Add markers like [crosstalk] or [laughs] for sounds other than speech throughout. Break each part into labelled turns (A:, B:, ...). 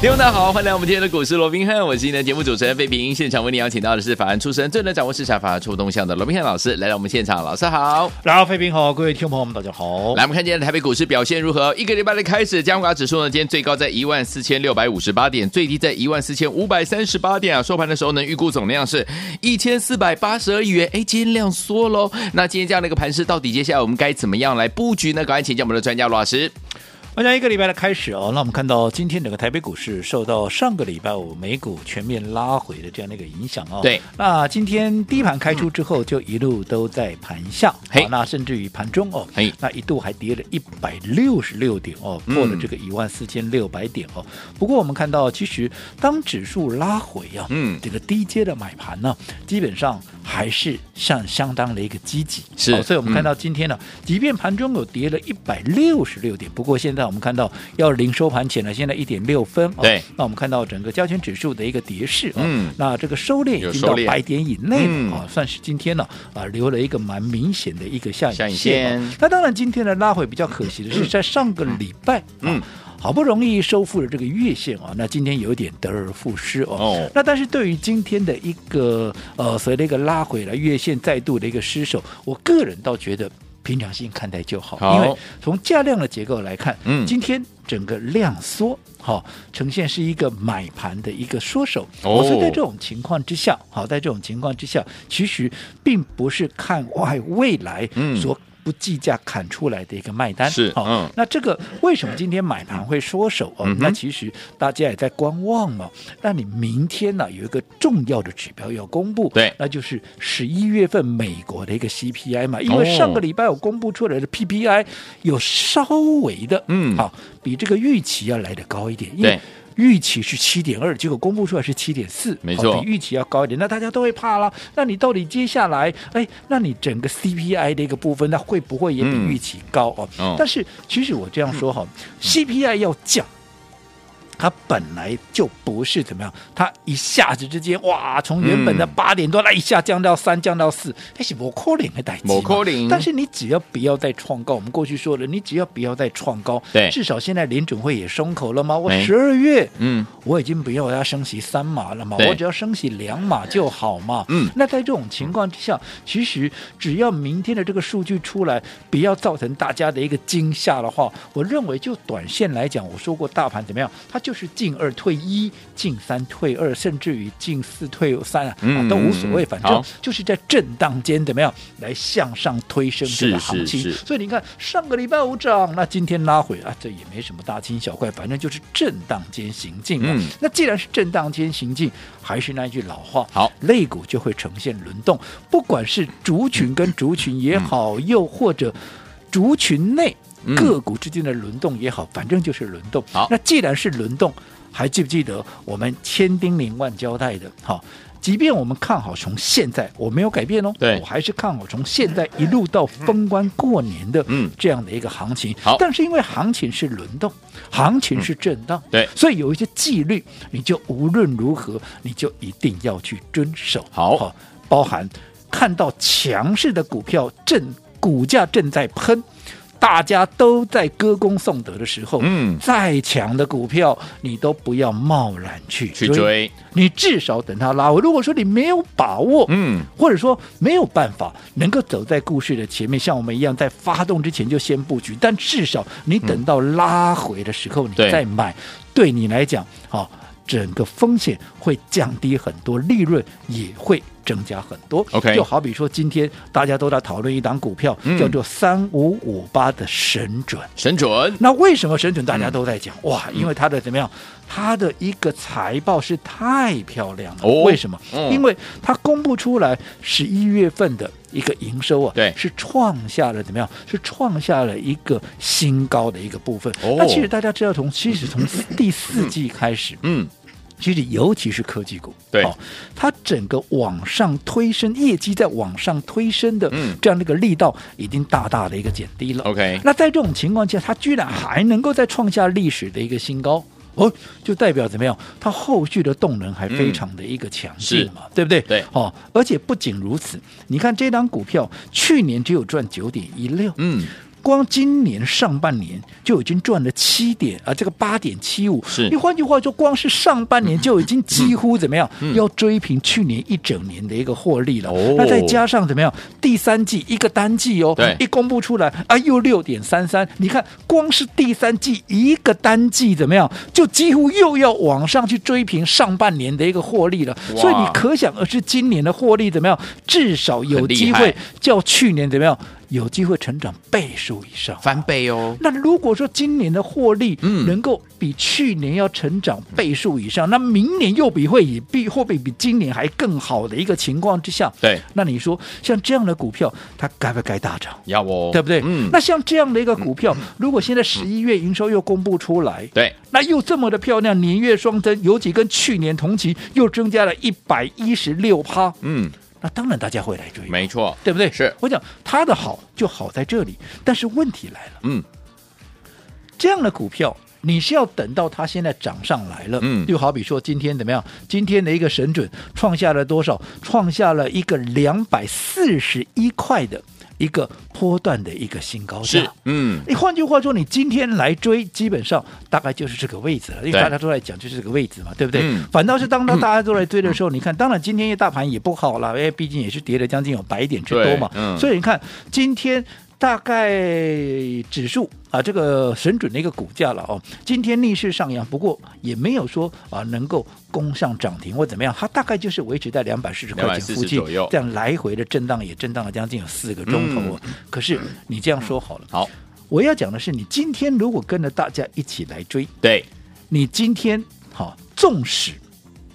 A: 听众大家好，欢迎来我们今天的股市罗宾汉，我是今天的节目主持人费平。现场为你邀请到的是法案出身、最能掌握市场法案触动向的罗宾汉老师，来到我们现场，老师好。
B: 然后，飞平好，各位听众朋友们，大家好。
A: 来，我们看今天的台北股市表现如何？一个礼拜的开始，加权指数呢，今天最高在一万四千六百五十八点，最低在一万四千五百三十八点啊。收盘的时候呢，预估总量是一千四百八十二亿元，哎，今天量缩喽。那今天这样的一个盘势，到底接下来我们该怎么样来布局呢？赶快请教我们的专家罗老师。
B: 我想一个礼拜的开始哦，那我们看到今天整个台北股市受到上个礼拜五美股全面拉回的这样的一个影响哦。
A: 对，
B: 那今天低盘开出之后，就一路都在盘下，
A: 嘿
B: 好，那甚至于盘中哦
A: 嘿，嗯
B: 那一度还跌了一百六十六点哦，破了这个一万四千六百点哦。不过我们看到，其实当指数拉回啊，
A: 嗯
B: 这个低阶的买盘呢，基本上还是相相当的一个积极，哦
A: 是
B: 好所以我们看
A: 嗯
B: 到。到今天呢，即便盘中有跌了一百六十六点，不过现在我们看到要临收盘前呢，现在一点六分、哦。
A: 对，
B: 那我们看到整个加权指数的一个跌势、哦，
A: 嗯
B: 那这个收敛
A: 有
B: 已经
A: 收
B: 到
A: 敛
B: 百点以内了
A: 嗯
B: 啊、算是今天呢啊留了一个蛮明显的一个下影
A: 下
B: 线,、
A: 影
B: 哦、
A: 线
B: 那当然，今天呢拉回比较可惜的是，在上个礼拜，
A: 嗯
B: 啊好不容易收复了这个月线啊、哦，那今天有点得而复失哦。
A: 哦
B: 那但是对于今天的一个呃所谓的一个拉回来，月线再度的一个失守，我个人倒觉得平常心看待就好，
A: 好
B: 因为从价量的结构来看，
A: 嗯
B: 今天整个量缩，好、呈现是一个买盘的一个缩手。
A: 哦
B: 所以在这种情况之下，好，在这种情况之下，其实并不是看外未来
A: 嗯
B: 所。不计价砍出来的一个卖单
A: 是
B: 好、
A: 嗯
B: 那这个为什么今天买盘会缩手哦？
A: 嗯哼
B: 那其实大家也在观望嘛。那你明天呢、有一个重要的指标要公布，
A: 对
B: 那就是十一月份美国的一个 CPI 嘛，因
A: 哦
B: 为上个礼拜我公布出来的 PPI 有稍微的，
A: 嗯
B: 好、比这个预期要来的高一点，因
A: 对
B: 为。预期是七点二，结果公布出来是七点四，
A: 没
B: 好
A: 错
B: 哦比预期要高一点，那大家都会怕啦。那你到底接下来，哎，那你整个 CPI 的一个部分，那会不会也比
A: 嗯
B: 预期高哦？
A: 哦
B: 但是其实我这样说哈、c
A: 嗯
B: p i 要降。它本来就不是怎么样，它一下子之间哇，从原本的
A: 嗯
B: 八点多，那一下降到三，降到四，那是不可能的代
A: 不可能
B: 但是你只要不要再创高，我们过去说了，你只要不要再创高，
A: 对
B: 至少现在联准会也松口了嘛。我
A: 没
B: 十二月，
A: 嗯，
B: 我已经不要它升息三码了嘛，
A: 对
B: 我只要升息两码就好嘛。
A: 嗯
B: 那在这种情况之下，其实只要明天的这个数据出来，不要造成大家的一个惊吓的话，我认为就短线来讲，我说过大盘怎么样，它就是进二退一，进三退二，甚至于进四退三啊，
A: 嗯
B: 啊都无所谓，
A: 嗯
B: 反
A: 好
B: 正就是在震荡间怎么样来向上推升这个
A: 是
B: 行
A: 是
B: 情。
A: 是
B: 所以你看，上个礼拜五涨，那今天拉回啊，这也没什么大惊小怪，反正就是震荡间行进
A: 嗯
B: 嘛。啊那既然是震荡间行进，还是那句老话，
A: 好，
B: 肋骨就会呈现轮动，不管是族群跟族群也好，又或者族群内
A: 嗯
B: 个股之间的轮动也好，反正就是轮动。
A: 好
B: 那既然是轮动，还记不记得我们千叮咛万交代的？好。即便我们看好从现在，我没有改变哦，
A: 对
B: 我还是看好从现在一路到封关过年的
A: 嗯
B: 这样的一个行情。
A: 好
B: 但是因为行情是轮动，行情是震荡，
A: 嗯对
B: 所以有一些纪律，你就无论如何，你就一定要去遵守。
A: 好
B: 包含看到强势的股票正股价正在喷。大家都在歌功颂德的时候，
A: 嗯
B: 再强的股票你都不要贸然去
A: 去追，
B: 你至少等它拉回。如果说你没有把握，
A: 嗯，
B: 或者说没有办法能够走在故事的前面，像我们一样在发动之前就先布局，但至少你等到拉回的时候你
A: 对
B: 再买，对你来讲，好、整个风险会降低很多，利润也会增加很多。
A: OK
B: 就好比说今天大家都在讨论一档股票，
A: 嗯
B: 叫做三五五八的神准。
A: 神嗯准，
B: 那为什么神准大家都在讲、哇？因为它的怎么样？它的一个财报是太漂亮了。
A: 哦
B: 为什么？
A: 嗯
B: 因为它公布出来十一月份的一个营收啊，
A: 对
B: 是创下了怎么样？是创下了一个新高的一个部分。
A: 哦
B: 那其实大家知道从，其实从第四季开始，
A: 嗯，
B: 其实尤其是科技股，
A: 对
B: 好它整个往上推升业绩在往上推升的
A: 嗯
B: 这样的一个力道，已经大大的一个减低了。
A: OK，
B: 那在这种情况下，它居然还能够再创下历史的一个新高。哦，就代表怎么样？它后续的动能还非常的一个强劲嘛，对不对？
A: 嗯对
B: 哦，而且不仅如此，你看这档股票去年只有赚九点一六，
A: 嗯，
B: 光今年上半年就已经赚了七点啊，这个八点七五。
A: 是
B: 你换句话说，光是上半年就已经几乎怎么样，
A: 嗯
B: 要追平去年一整年的一个获利了。
A: 哦
B: 那再加上怎么样，第三季一个单季哦
A: 对，
B: 一公布出来啊，又六点三三。你看，光是第三季一个单季怎么样，就几乎又要往上去追平上半年的一个获利了。
A: 哇
B: 所以你可想而知，今年的获利怎么样，至少有
A: 很厉
B: 机
A: 害
B: 会较去年怎么样。有机会成长倍数以上，
A: 翻倍哦，
B: 那如果说今年的获利
A: 嗯
B: 能够比去年要成长倍数以上，那明年又比会以比会比比今年还更好的一个情况之下，
A: 对，
B: 那你说像这样的股票，它该不该大涨？
A: 要哦，
B: 对不对？
A: 嗯，
B: 那像这样的一个股票，如果现在十一月营收又公布出来，
A: 对，
B: 那又这么的漂亮，年月双增，尤其跟去年同期又增加了一百一十六趴，
A: 嗯，
B: 那当然大家会来追，
A: 没错，
B: 对不对？
A: 是
B: 我讲它的好就好在这里，但是问题来了。
A: 嗯，
B: 这样的股票，你是要等到它现在涨上来了，
A: 嗯
B: 就好比说今天怎么样？今天的一个神准创下了多少？创下了一个两百四十一块的一个波段的一个新高价
A: 是。，嗯，
B: 你换句话说，你今天来追，基本上大概就是这个位置了，因为
A: 对
B: 大家都在讲就是这个位置嘛，对不对？
A: 嗯
B: 反倒是当到大家都来追的时候，你看，当然今天大盘也不好了，因为毕竟也是跌了将近有百点之多嘛，
A: 对嗯
B: 所以你看今天。大概指数啊，这个神准的一个股价了哦。今天逆势上扬，不过也没有说啊能够攻上涨停或怎么样，它大概就是维持在两百四十块钱附
A: 240
B: 近
A: 左右
B: 这样来回的震荡也震荡了将近有四个钟头、哦。
A: 嗯
B: 可是你这样说好了，
A: 好，
B: 我要讲的是，你今天如果跟着大家一起来追，
A: 对，
B: 你今天好、纵使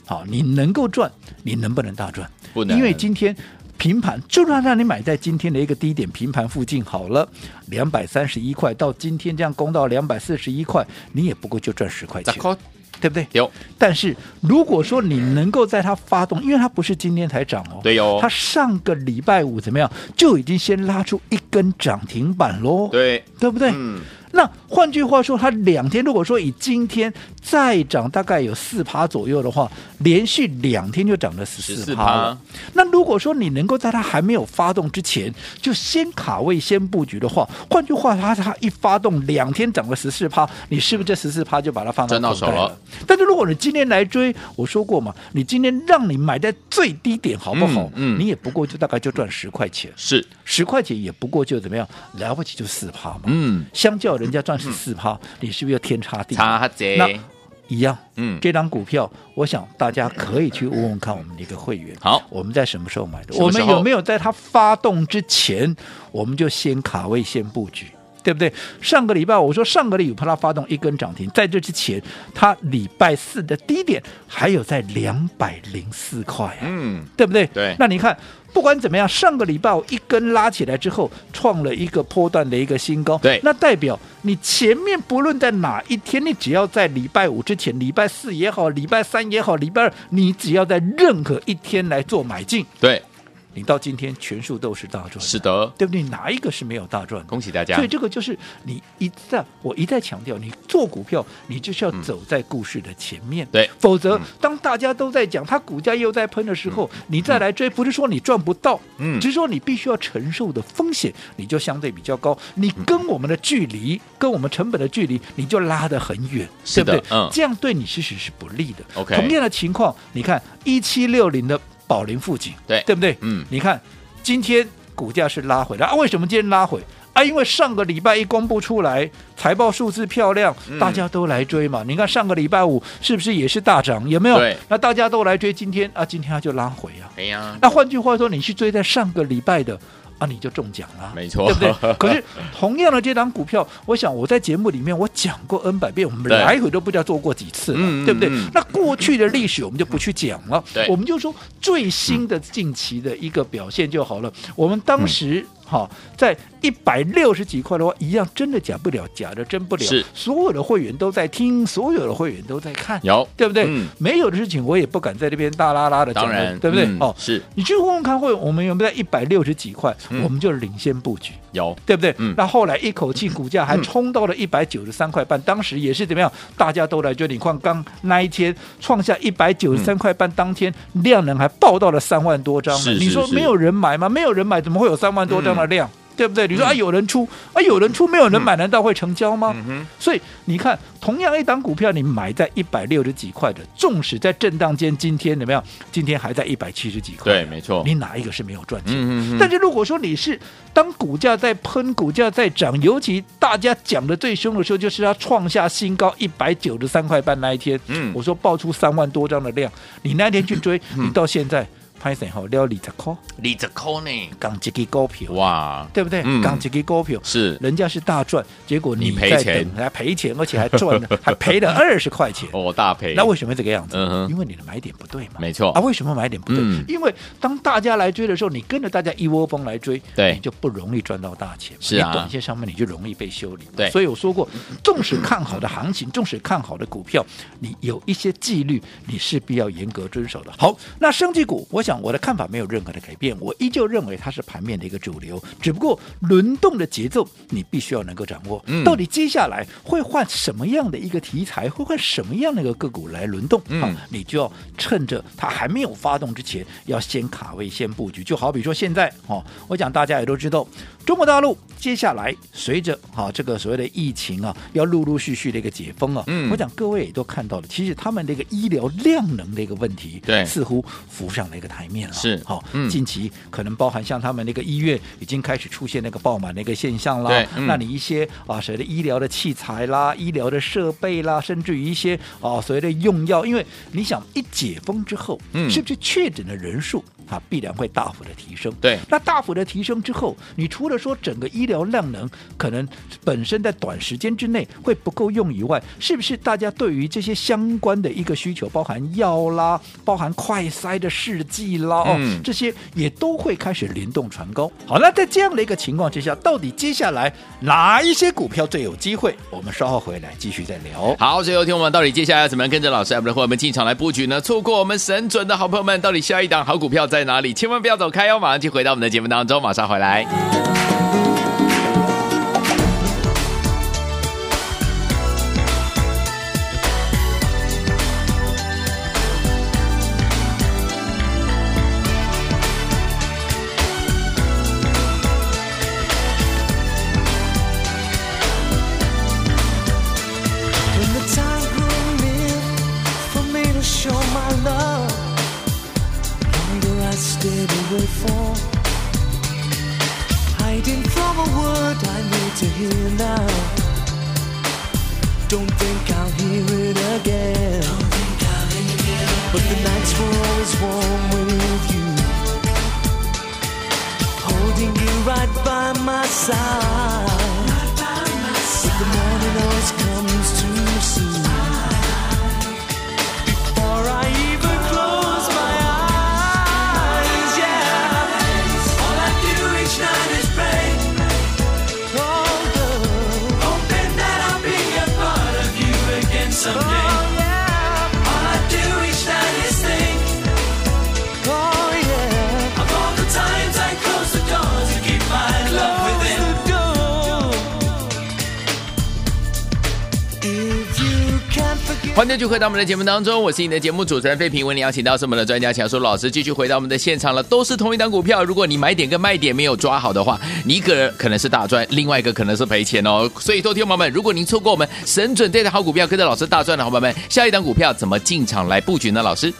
B: 好、你能够赚，你能不能大赚？
A: 不能
B: 因为今天平盘，就算让你买在今天的一个低点平盘附近好了，两百三十一块到今天这样攻到两百四十一块，你也不过就赚十块
A: 咋
B: 钱，
A: 扣
B: 对不对？
A: 丢？
B: 但是如果说你能够在它发动，因为它不是今天才涨哦，
A: 对哦
B: 它上个礼拜五怎么样就已经先拉出一根涨停板喽，
A: 对，
B: 对不对？
A: 嗯
B: 那换句话说，它两天如果说以今天再涨大概有四趴左右的话，连续两天就涨了十四
A: 14%
B: 趴了。那如果说你能够在它还没有发动之前就先卡位、先布局的话，换句话它它一发动两天涨了十四趴，你是不是这十四趴就把它放
A: 赚到
B: 口
A: 手
B: 袋
A: 了
B: 了？但是如果你今天来追，我说过嘛，你今天让你买在最低点好不好？
A: 嗯嗯
B: 你也不过就大概就赚十块钱，
A: 是，
B: 十块钱也不过就怎么样，了不起就四趴嘛。
A: 嗯，
B: 相较人家赚十四趴，你是不是要天差地别？
A: 差贼，
B: 那一样，
A: 嗯
B: 这张股票，我想大家可以去问问看我们的一个会员。
A: 好
B: 我们在什么时候买的？
A: 什么
B: 我
A: 时候
B: 们有没有在它发动之前，我们就先卡位、先布局？对不对？上个礼拜我说上个礼拜它发动一根涨停，在这之前，它礼拜四的低点还有在两百零四块啊。
A: 嗯，
B: 对不对？
A: 对
B: 那你看，不管怎么样，上个礼拜我一根拉起来之后，创了一个波段的一个新高。
A: 对
B: 那代表你前面不论在哪一天，你只要在礼拜五之前，礼拜四也好，礼拜三也好，礼拜二，你只要在任何一天来做买进，
A: 对，
B: 你到今天全数都是大赚。
A: 是。的，
B: 对不对？哪一个是没有大赚的？
A: 恭喜大家
B: 所以，这个就是你一再我一再强调，你做股票，你就是要走在故事的前面。
A: 对嗯
B: 否则当大家都在讲它股价又在喷的时候，你再来追，不是说你赚不到，
A: 嗯
B: 只是说你必须要承受的风险，你就相对比较高。你跟我们的距离，跟我们成本的距离，你就拉得很远，
A: 嗯是的
B: 对不对？
A: 嗯
B: 这样对你其实是不利的。
A: OK
B: 同样的情况，你看一七六零的宝林富锦，
A: 对
B: 对不对？
A: 嗯
B: 你看今天股价是拉回来啊，为什么今天拉回？啊，因为上个礼拜一公布出来，财报数字漂亮，大家都来追嘛。你看上个礼拜五是不是也是大涨？有没有
A: 对？
B: 那大家都来追，今天啊，今天它就拉回啊。
A: 哎呀，
B: 那换句话说，你去追在上个礼拜的啊，你就中奖了，
A: 没错
B: 对不对？可是同样的这档股票，我想我在节目里面我讲过 N 百遍，我们
A: 对
B: 来回都不知道做过几次了，
A: 嗯嗯
B: 对不对
A: 嗯？
B: 那过去的历史我们就不去讲了，
A: 对
B: 我们就说
A: 嗯
B: 最新的近期的一个表现就好了。我们当时哈、在一百六十几块的话，一样真的假不了，假的真不了。
A: 是
B: 所有的会员都在听，所有的会员都在看，
A: [laughs] 有
B: 对不对？
A: 嗯
B: 没有的事情我也不敢在这边大拉拉的讲
A: 当
B: 了，
A: 然
B: 对不对？
A: 嗯
B: 哦，
A: 是
B: 你去问问看会，我们有没有在一百六十几块，
A: 嗯
B: 我们就领先布局。
A: 有
B: 对不对？
A: 嗯
B: 那后来一口气股价还冲到了一百九十三块半，当时也是怎么样？大家都来追。你看刚那一天创下一百九十三块半，当天量能还爆到了三万多张呢。
A: 是是
B: 你说
A: 是
B: 没有人买吗？没有人买，怎么会有三万多张的
A: 嗯
B: 量？对不对？你说
A: 嗯
B: 啊，有人出啊，有人出，没有人买，难道会成交吗？
A: 哼
B: 所以你看，同样一档股票，你买在一百六十几块的，纵使在震荡间，今天怎么样？今天还在一百七十几块。
A: 对，没错，
B: 你哪一个是没有赚钱的？
A: 哦嗯
B: 但
A: 是
B: 是如果说你是当股价在喷、股价在涨，尤其大家讲的最凶的时候，就是它创下新高一百九十三块半那一天，
A: 嗯
B: 我说爆出三万多张的量，你那天去追，你到现在拍谁好撩你十块，
A: 你这扣呢？
B: 刚几个股票，
A: 哇，
B: 对不对
A: 嗯？
B: 刚几个股票。
A: 是
B: 人家是大赚，结果
A: 你
B: 你
A: 赔
B: 在
A: 钱
B: 等还赔钱，而且还赚了，还赔了二十
A: [laughs]
B: 块钱。
A: 哦，大赔，
B: 那为什么会这个样子？
A: 嗯哼
B: 因为你的买点不对嘛。
A: 没错
B: 啊，为什么买点不对？
A: 嗯
B: 因为当大家来追的时候，你跟着大家一窝蜂来追，
A: 对
B: 你就不容易赚到大钱嘛。
A: 是啊
B: 你短线上面你就容易被修理嘛。
A: 对
B: 所以我说过，纵使看好的行情，纵使看好的股票，你有一些纪律，你势必要严格遵守的。好，那生技股，我想我的看法没有任何的改变，我依旧认为它是盘面的一个主流，只不过轮动的节奏你必须要能够掌握。
A: 嗯
B: 到底接下来会换什么样的一个题材，会换什么样的一个个股来轮动？
A: 嗯
B: 好你就要趁着它还没有发动之前，要先卡位、先布局。就好比说现在哦，我讲大家也都知道，中国大陆接下来随着哈、这个所谓的疫情啊，要陆陆续续的一个解封啊，
A: 嗯
B: 我讲各位也都看到了，其实他们的一个医疗量能的一个问题，
A: 对
B: 似乎浮上了一个台面了。
A: 是
B: 好、
A: 嗯
B: 近期可能包含像他们那个医院已经开始出现那个爆满的一个现象啦，
A: 对嗯
B: 那你。一些啊所谓的医疗的器材啦、医疗的设备啦，甚至于一些啊所谓的用药，因为你想一解封之后，
A: 嗯
B: 是不是确诊的人数啊必然会大幅的提升？
A: 对
B: 那大幅的提升之后，你除了说整个医疗量能可能本身在短时间之内会不够用以外，是不是大家对于这些相关的一个需求，包含药啦，包含快筛的试剂啦，哦，
A: 嗯
B: 这些也都会开始联动传高。好，那在这样的一个情况之下，到底接下来哪一些股票最有机会？我们稍后回来继续再聊。
A: 好，所以有听我们到底接下来要怎么样跟着老师，还不能和我们进场来布局呢？错过我们神准的好朋友们，到底下一档好股票在哪里？千万不要走开哦，马上就回到我们的节目当中，马上回来。
C: When the time grew near for me to show my love, longer I stayed away from, hiding from a word I need to hear now. Don't think I'll hear it again. But the nights were always warm with you, holding you right by my side. But the morning always comes too soon. Before I even close my eyes, yeah. All I do each night is pray. Oh, Lord. Hoping that I'll be a part of you again someday. Oh, yeah. All I do each night is think. Oh, yeah. Of all the times I close the door to keep my love within. The door. If you can't forgive
A: 欢迎继续回到我们的节目当中，我是你的节目主持人费平。为你邀请到是我们的专家强叔老师，继续回到我们的现场了。都是同一档股票，如果你买点跟卖点没有抓好的话，你一个可能是大赚，另外一个可能是赔钱哦。所以，各位听众朋友们，如果您错过我们神准这的好股票，跟着老师大赚的好朋友们，下一档股票怎么进场来布局呢？老师，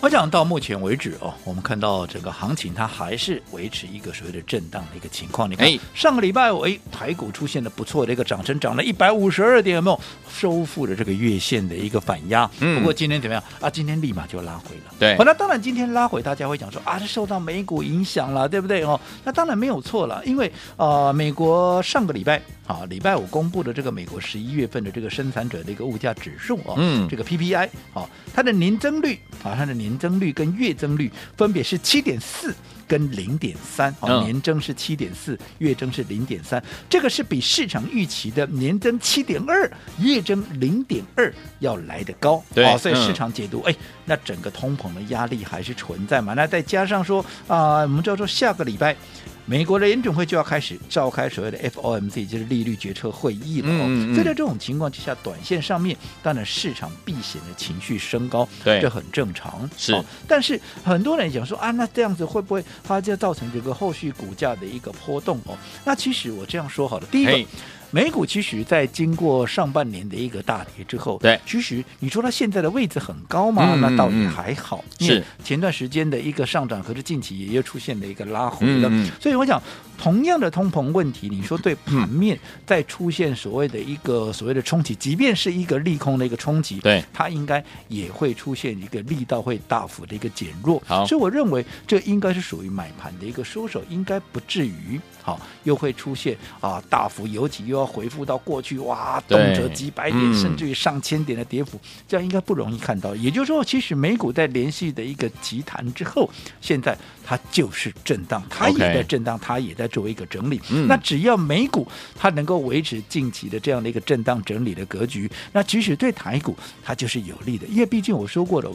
B: 我讲到目前为止哦，我们看到整个行情它还是维持一个所谓的震荡的一个情况。你看、
A: 哎
B: 上个礼拜五，哎，台股出现了不错的一个涨升，涨了一百五十二点，有没有收复了这个月线的一个反压？
A: 嗯
B: 不过今天怎么样啊？今天立马就拉回了。哦
A: 对
B: 好，那当然今天拉回，大家会讲说啊，这受到美股影响了，对不对哦？那当然没有错了，因为呃，美国上个礼拜啊，礼拜五公布的这个美国十一月份的这个生产者的一个物价指数哦，
A: 嗯
B: 这个 PPI 啊、它的年增率啊，它的年增率跟月增率分别是七点四跟零点三，哦，
A: 嗯
B: 年增是七点四，月增是零点三，这个是比市场预期的年增七点二，月增零点二要来得高，
A: 对
B: 哦，所以
A: 嗯
B: 市场解读，哎，那整个通膨的压力还是存在嘛，那再加上说啊、我们知道说下个礼拜。美国的联准会就要开始召开所谓的 FOMC，就是利率决策会议了、哦。
A: 嗯嗯嗯
B: 所以在这种情况之下，短线上面当然市场避险的情绪升高，
A: 对
B: 这很正常。哦
A: 是
B: 但是很多人讲说啊，那这样子会不会它就造成这个后续股价的一个波动哦？那其实我这样说好了，第一
A: 嘿
B: 个。美股其实，在经过上半年的一个大跌之后，
A: 对
B: 其实你说它现在的位置很高嘛，
A: 嗯
B: 那倒也
A: 嗯嗯
B: 还好。
A: 是
B: 因为前段时间的一个上涨，可是近期也又出现了一个拉回了。
A: 嗯嗯
B: 所以我想，同样的通膨问题，你说对盘面再出现所谓的一个所谓的冲击，即便是一个利空的一个冲击，
A: 对
B: 它应该也会出现一个力道会大幅的一个减弱。
A: 好
B: 所以我认为这应该是属于买盘的一个收手，应该不至于好又会出现啊大幅，尤其又要回复到过去哇动
A: 对
B: 辄几百点、
A: 嗯
B: 甚至于上千点的跌幅，这样应该不容易看到。也就是说，其实美股在连续的一个急弹之后，现在它就是震荡，它也
A: OK
B: 在震荡，它也在做一个整理。
A: 嗯
B: 那只要美股它能够维持近期的这样的一个震荡整理的格局，那即使对台股它就是有利的，因为毕竟我说过了，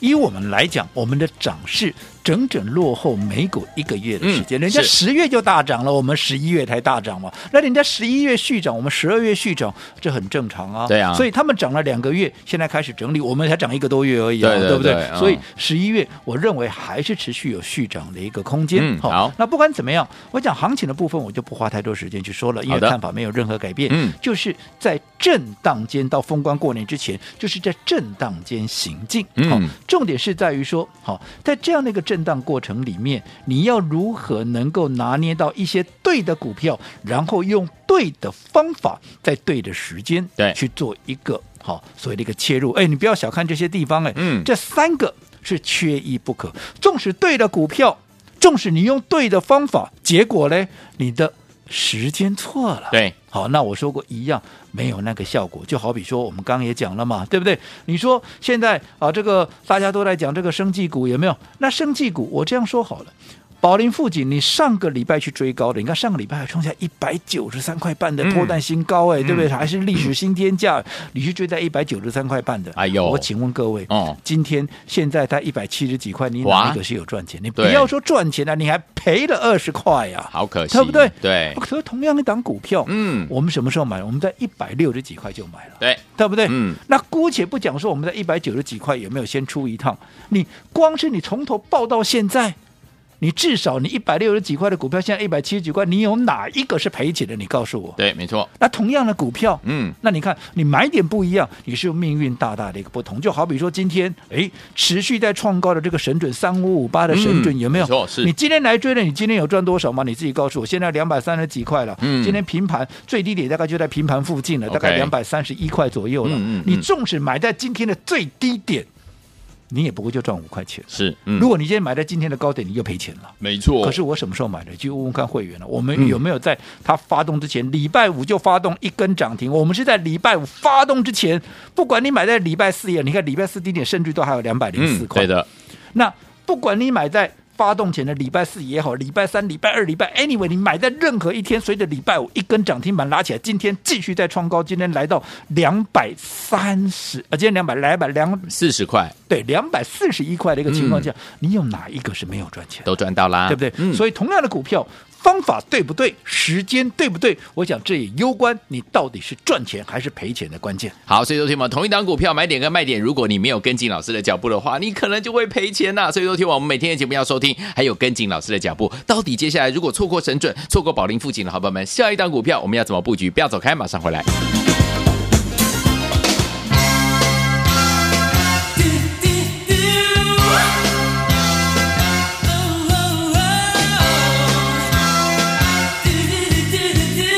B: 以我们来讲，我们的涨势整整落后美股一个月的时间，
A: 嗯
B: 人家
A: 是
B: 十月就大涨了，我们十一月才大涨嘛，那人家十一月续涨，我们十二月续涨，这很正常啊。
A: 对啊
B: 所以他们涨了两个月，现在开始整理，我们才涨一个多月而已啊，
A: 对对
B: 不对？
A: 对嗯
B: 所以十一月，我认为还是持续有续涨的一个空间。
A: 嗯
B: 好
A: 好
B: 那不管怎么样，我讲行情的部分我就不花太多时间去说了，因
A: 好
B: 为
A: 的
B: 看法没有任何改变。
A: 嗯
B: 就是在震荡间到封关过年之前，就是在震荡间行进。
A: 嗯
B: 好重点是在于说，好，在这样的一个震荡过程里面，你要如何能够拿捏到一些对的股票，然后用对的方法，在对的时间，
A: 对
B: 去做一个好所谓的一个切入。哎，你不要小看这些地方，哎，
A: 嗯
B: 这三个是缺一不可。纵使对的股票，纵使你用对的方法，结果呢，你的时间错了，
A: 对，
B: 好，那我说过一样没有那个效果，就好比说我们刚刚也讲了嘛，对不对？你说现在啊，这个大家都在讲这个生技股有没有？那生技股，我这样说好了。宝林富锦，你上个礼拜去追高的，你看上个礼拜还创下一百九十三块
A: 嗯
B: 半的破蛋新高、哎、对不对？还是历史新天价，你去追在一百九十三块半的，
A: 哎呦
B: 我请问各位，
A: 哦
B: 今天现在它一百七十几块，你
A: 哇
B: 哪一个是有赚钱？你不
A: 对
B: 要说赚钱啊了、你还赔了二十块呀、
A: 好可惜，
B: 对不对？
A: 对，
B: 可是同样一档股票，
A: 嗯
B: 我们什么时候买？我们在一百六十几块就买了，
A: 对，
B: 对不对？
A: 嗯，
B: 那姑且不讲说我们在一百九十几块有没有先出一趟，你光是你从头报到现在。你至少你一百六十几块的股票，现在一百七十几块，你有哪一个是赔钱的？你告诉我。
A: 对，没错，
B: 那同样的股票，
A: 嗯，
B: 那你看你买点不一样，你是有命运大大的一个不同。就好比说今天，哎，持续在创高的这个神准三五五八的神准、
A: 嗯
B: 有没有？
A: 没错是
B: 你今天来追的，你今天有赚多少吗？你自己告诉我。现在两百三十几块了，
A: 嗯
B: 今天平盘最低点大概就在平盘附近了，
A: OK
B: 大概两百三十一块左右了。
A: 嗯嗯嗯
B: 你纵使买在今天的最低点，你也不会就赚五块钱。
A: 是，嗯
B: 如，果你今天买在今天的高点，你又赔钱了。
A: 没错，
B: 可是我什么时候买的？去问问看会员了。我
A: 嗯
B: 们有没有在它发动之前，礼拜五就发动一根涨停？我们是在礼拜五发动之前，不管你买在礼拜四也，你看礼拜四低点甚至都还有两百零四
A: 嗯，
B: 块。
A: 对的，
B: 那不管你买在发动前的礼拜四也好，礼拜三、礼拜二、礼拜，anyway，你买在任何一天，随着礼拜五一根涨停板拉起来，今天继续再创高，今天来到两百三十，啊，今天两百来吧，两
A: 四十块
B: 对两百四十一块的一个情况下，
A: 嗯
B: 你有哪一个是没有赚钱的？
A: 都赚到啦，
B: 对不对？
A: 嗯，
B: 所以同样的股票方法对不对，时间对不对，我想这也攸关你到底是赚钱还是赔钱的关键。
A: 好，所以说听我们同一档股票买点跟卖点，如果你没有跟进老师的脚步的话，你可能就会赔钱呐、所以说听我们每天的节目要收听，还有跟进老师的脚步，到底接下来如果错过神准、错过宝林附近的好朋友们，下一档股票我们要怎么布局？不要走开，马上回来。
C: Every day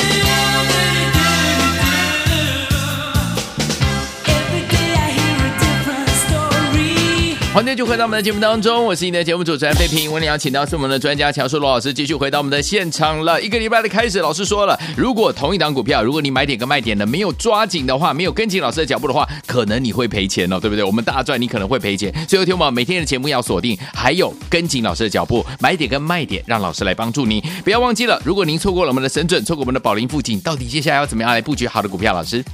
C: I hear a different story.
A: 欢迎就回到我们的节目当中，我是你的节目主持人费平。我们邀请到是我们的专家乔树罗老师，继续回到我们的现场了。一个礼拜的开始，老师说了，如果同一档股票，如果你买点跟卖点呢没有抓紧的话，没有跟紧老师的脚步的话，可能你会赔钱哦，对不对？我们大赚，你可能会赔钱。所以，听我们每天的节目要锁定，还有跟紧老师的脚步，买点跟卖点，让老师来帮助你。不要忘记了，如果您错过了我们的深圳，错过我们的宝林附近，到底接下来要怎么样来布局好的股票？老师，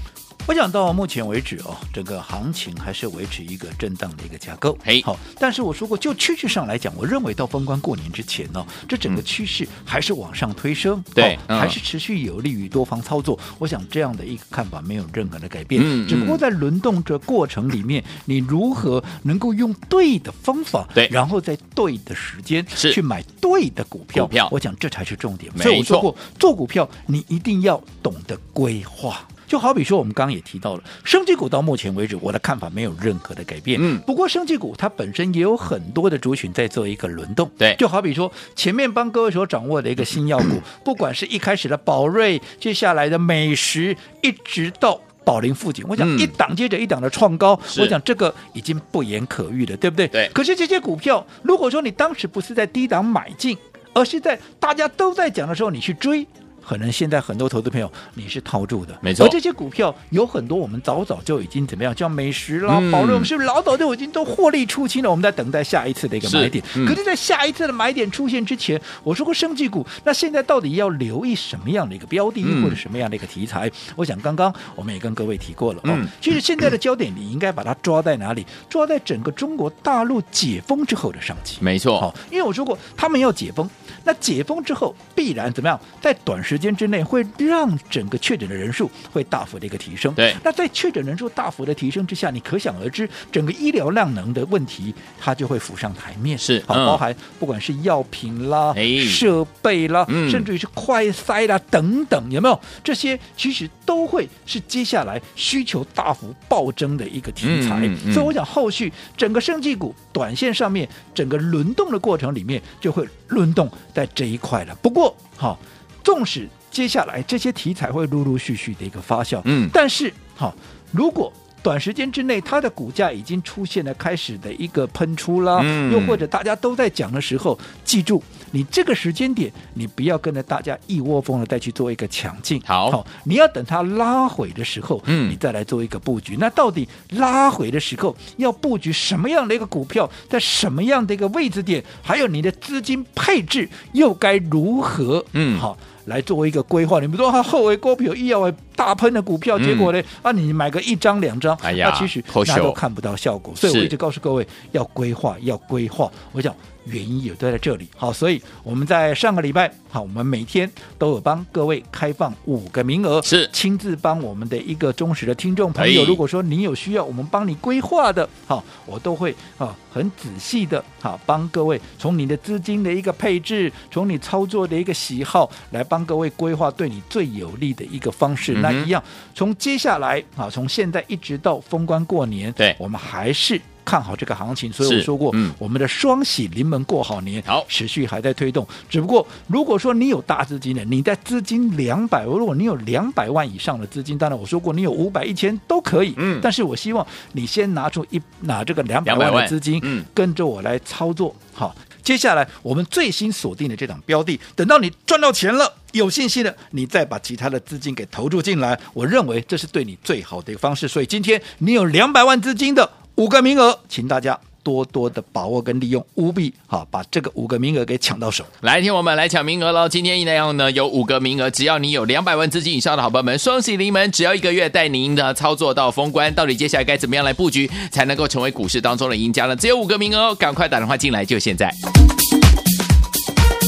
B: 我想到目前为止哦，整个行情还是维持一个震荡的一个架构。
A: 嘿
B: 好，但是我说过，就趋势上来讲，我认为到封关过年之前呢、这整个趋势还是往上推升，
A: 对
B: 好
A: 嗯
B: 还是持续有利于多方操作。我想这样的一个看法没有任何的改变，
A: 嗯
B: 只不过
A: 嗯
B: 在轮动这过程里面，你如何能够用对的方法，
A: 对
B: 然后在对的时间
A: 是
B: 去买对的股票，
A: 股票
B: 我想这才是重点。
A: 没
B: 所以我说
A: 错
B: 过，做股票你一定要懂得规划。就好比说，我们刚刚也提到了，生技股到目前为止，我的看法没有任何的改变。
A: 嗯
B: 不过生技股它本身也有很多的族群在做一个轮动。
A: 对
B: 就好比说前面帮各位所掌握的一个新
A: [clears throat]
B: 药股，不管是一开始的宝瑞，接下来的美食，一直到。宝林附近，我讲
A: 嗯
B: 一档接着一档的创高，
A: 是
B: 我讲这个已经不言可喻了，对不对？
A: 对
B: 可是这些股票，如果说你当时不是在低档买进，而是在大家都在讲的时候你去追。可能现在很多投资朋友你是套住的，
A: 没错
B: 而这些股票有很多我们早早就已经怎么样，像美食啦、
A: 嗯
B: 宝瑞，我们是不是老早就已经都获利出清了？我们在等待下一次的一个买
A: 是
B: 点。
A: 嗯
B: 可是，在下一次的买点出现之前，我说过生技股，那现在到底要留意什么样的一个标的，
A: 嗯
B: 或者什么样的一个题材？我想刚刚我们也跟各位提过了。
A: 嗯
B: 哦，其实现在的焦点你应该把它抓在哪里？抓在整个中国大陆解封之后的商机。
A: 没错，
B: 好，因为我说过，他们要解封，那解封之后必然怎么样，在短时间之内会让整个确诊的人数会大幅的一个提升。
A: 对
B: 那在确诊人数大幅的提升之下，你可想而知，整个医疗量能的问题，它就会浮上台面。
A: 是
B: 好，
A: 嗯
B: 包含不管是药品啦、
A: 哎
B: 设备啦，
A: 嗯
B: 甚至于是快筛啦等等，有没有？这些其实都会是接下来需求大幅暴增的一个题材。
A: 嗯嗯嗯
B: 所以我想后续整个生技股短线上面整个轮动的过程里面，就会轮动在这一块了。不过，好、纵使接下来这些题材会陆陆续续的一个发酵，
A: 嗯
B: 但是好、如果短时间之内它的股价已经出现了开始的一个喷出啦，
A: 嗯
B: 又或者大家都在讲的时候，记住你这个时间点，你不要跟着大家一窝蜂的再去做一个抢进，
A: 好
B: 你要等它拉回的时候，
A: 嗯
B: 你再来做一个布局。那到底拉回的时候要布局什么样的一个股票，在什么样的一个位置点，还有你的资金配置又该如何？
A: 嗯
B: 好。来作为一个规划，你们说它后尾股票、医药尾大喷的股票，结果呢？啊，你买个一张两张，
A: 哎呀
B: 那其实
A: 可惜
B: 那
A: 哦
B: 都看不到效果。所以我
A: 是
B: 一直告诉各位要规划，要规划。我讲原因也都在这里。好，所以我们在上个礼拜，好，我们每天都有帮各位开放五个名额，
A: 是
B: 亲自帮我们的一个忠实的听众朋友。
A: 哎
B: 如果说你有需要，我们帮你规划的，好，我都会啊很仔细的，好帮各位从你的资金的一个配置，从你操作的一个喜好来帮各位规划对你最有利的一个方式。那
A: 嗯哼
B: 一样，从接下来啊，从现在一直到封关过年，
A: 对
B: 我们还是。看好这个行情，所以
A: 是
B: 我说过，
A: 嗯
B: 我们的双喜临门过好年，
A: 好
B: 持续还在推动。只不过如果说你有大资金的，你在资金两百，如果你有两百万以上的资金，当然我说过你有五百、一千都可以。
A: 嗯
B: 但是我希望你先拿出一拿这个两百
A: 200
B: 万
A: 万
B: 的资金，
A: 嗯
B: 跟着我来操作。好，接下来我们最新锁定的这档标的，等到你赚到钱了。有信心的，你再把其他的资金给投入进来，我认为这是对你最好的一个方式。所以今天你有两百万资金的五个名额，请大家多多的把握跟利用，务必好把这个五个名额给抢到手。
A: 来，听我们来抢名额喽！今天一样呢，有五个名额，只要你有两百万资金以上的好朋友们，双喜临门，只要一个月带您呢操作到封关。到底接下来该怎么样来布局，才能够成为股市当中的赢家呢？只有五个名额哦，赶快打电话进来，就现在。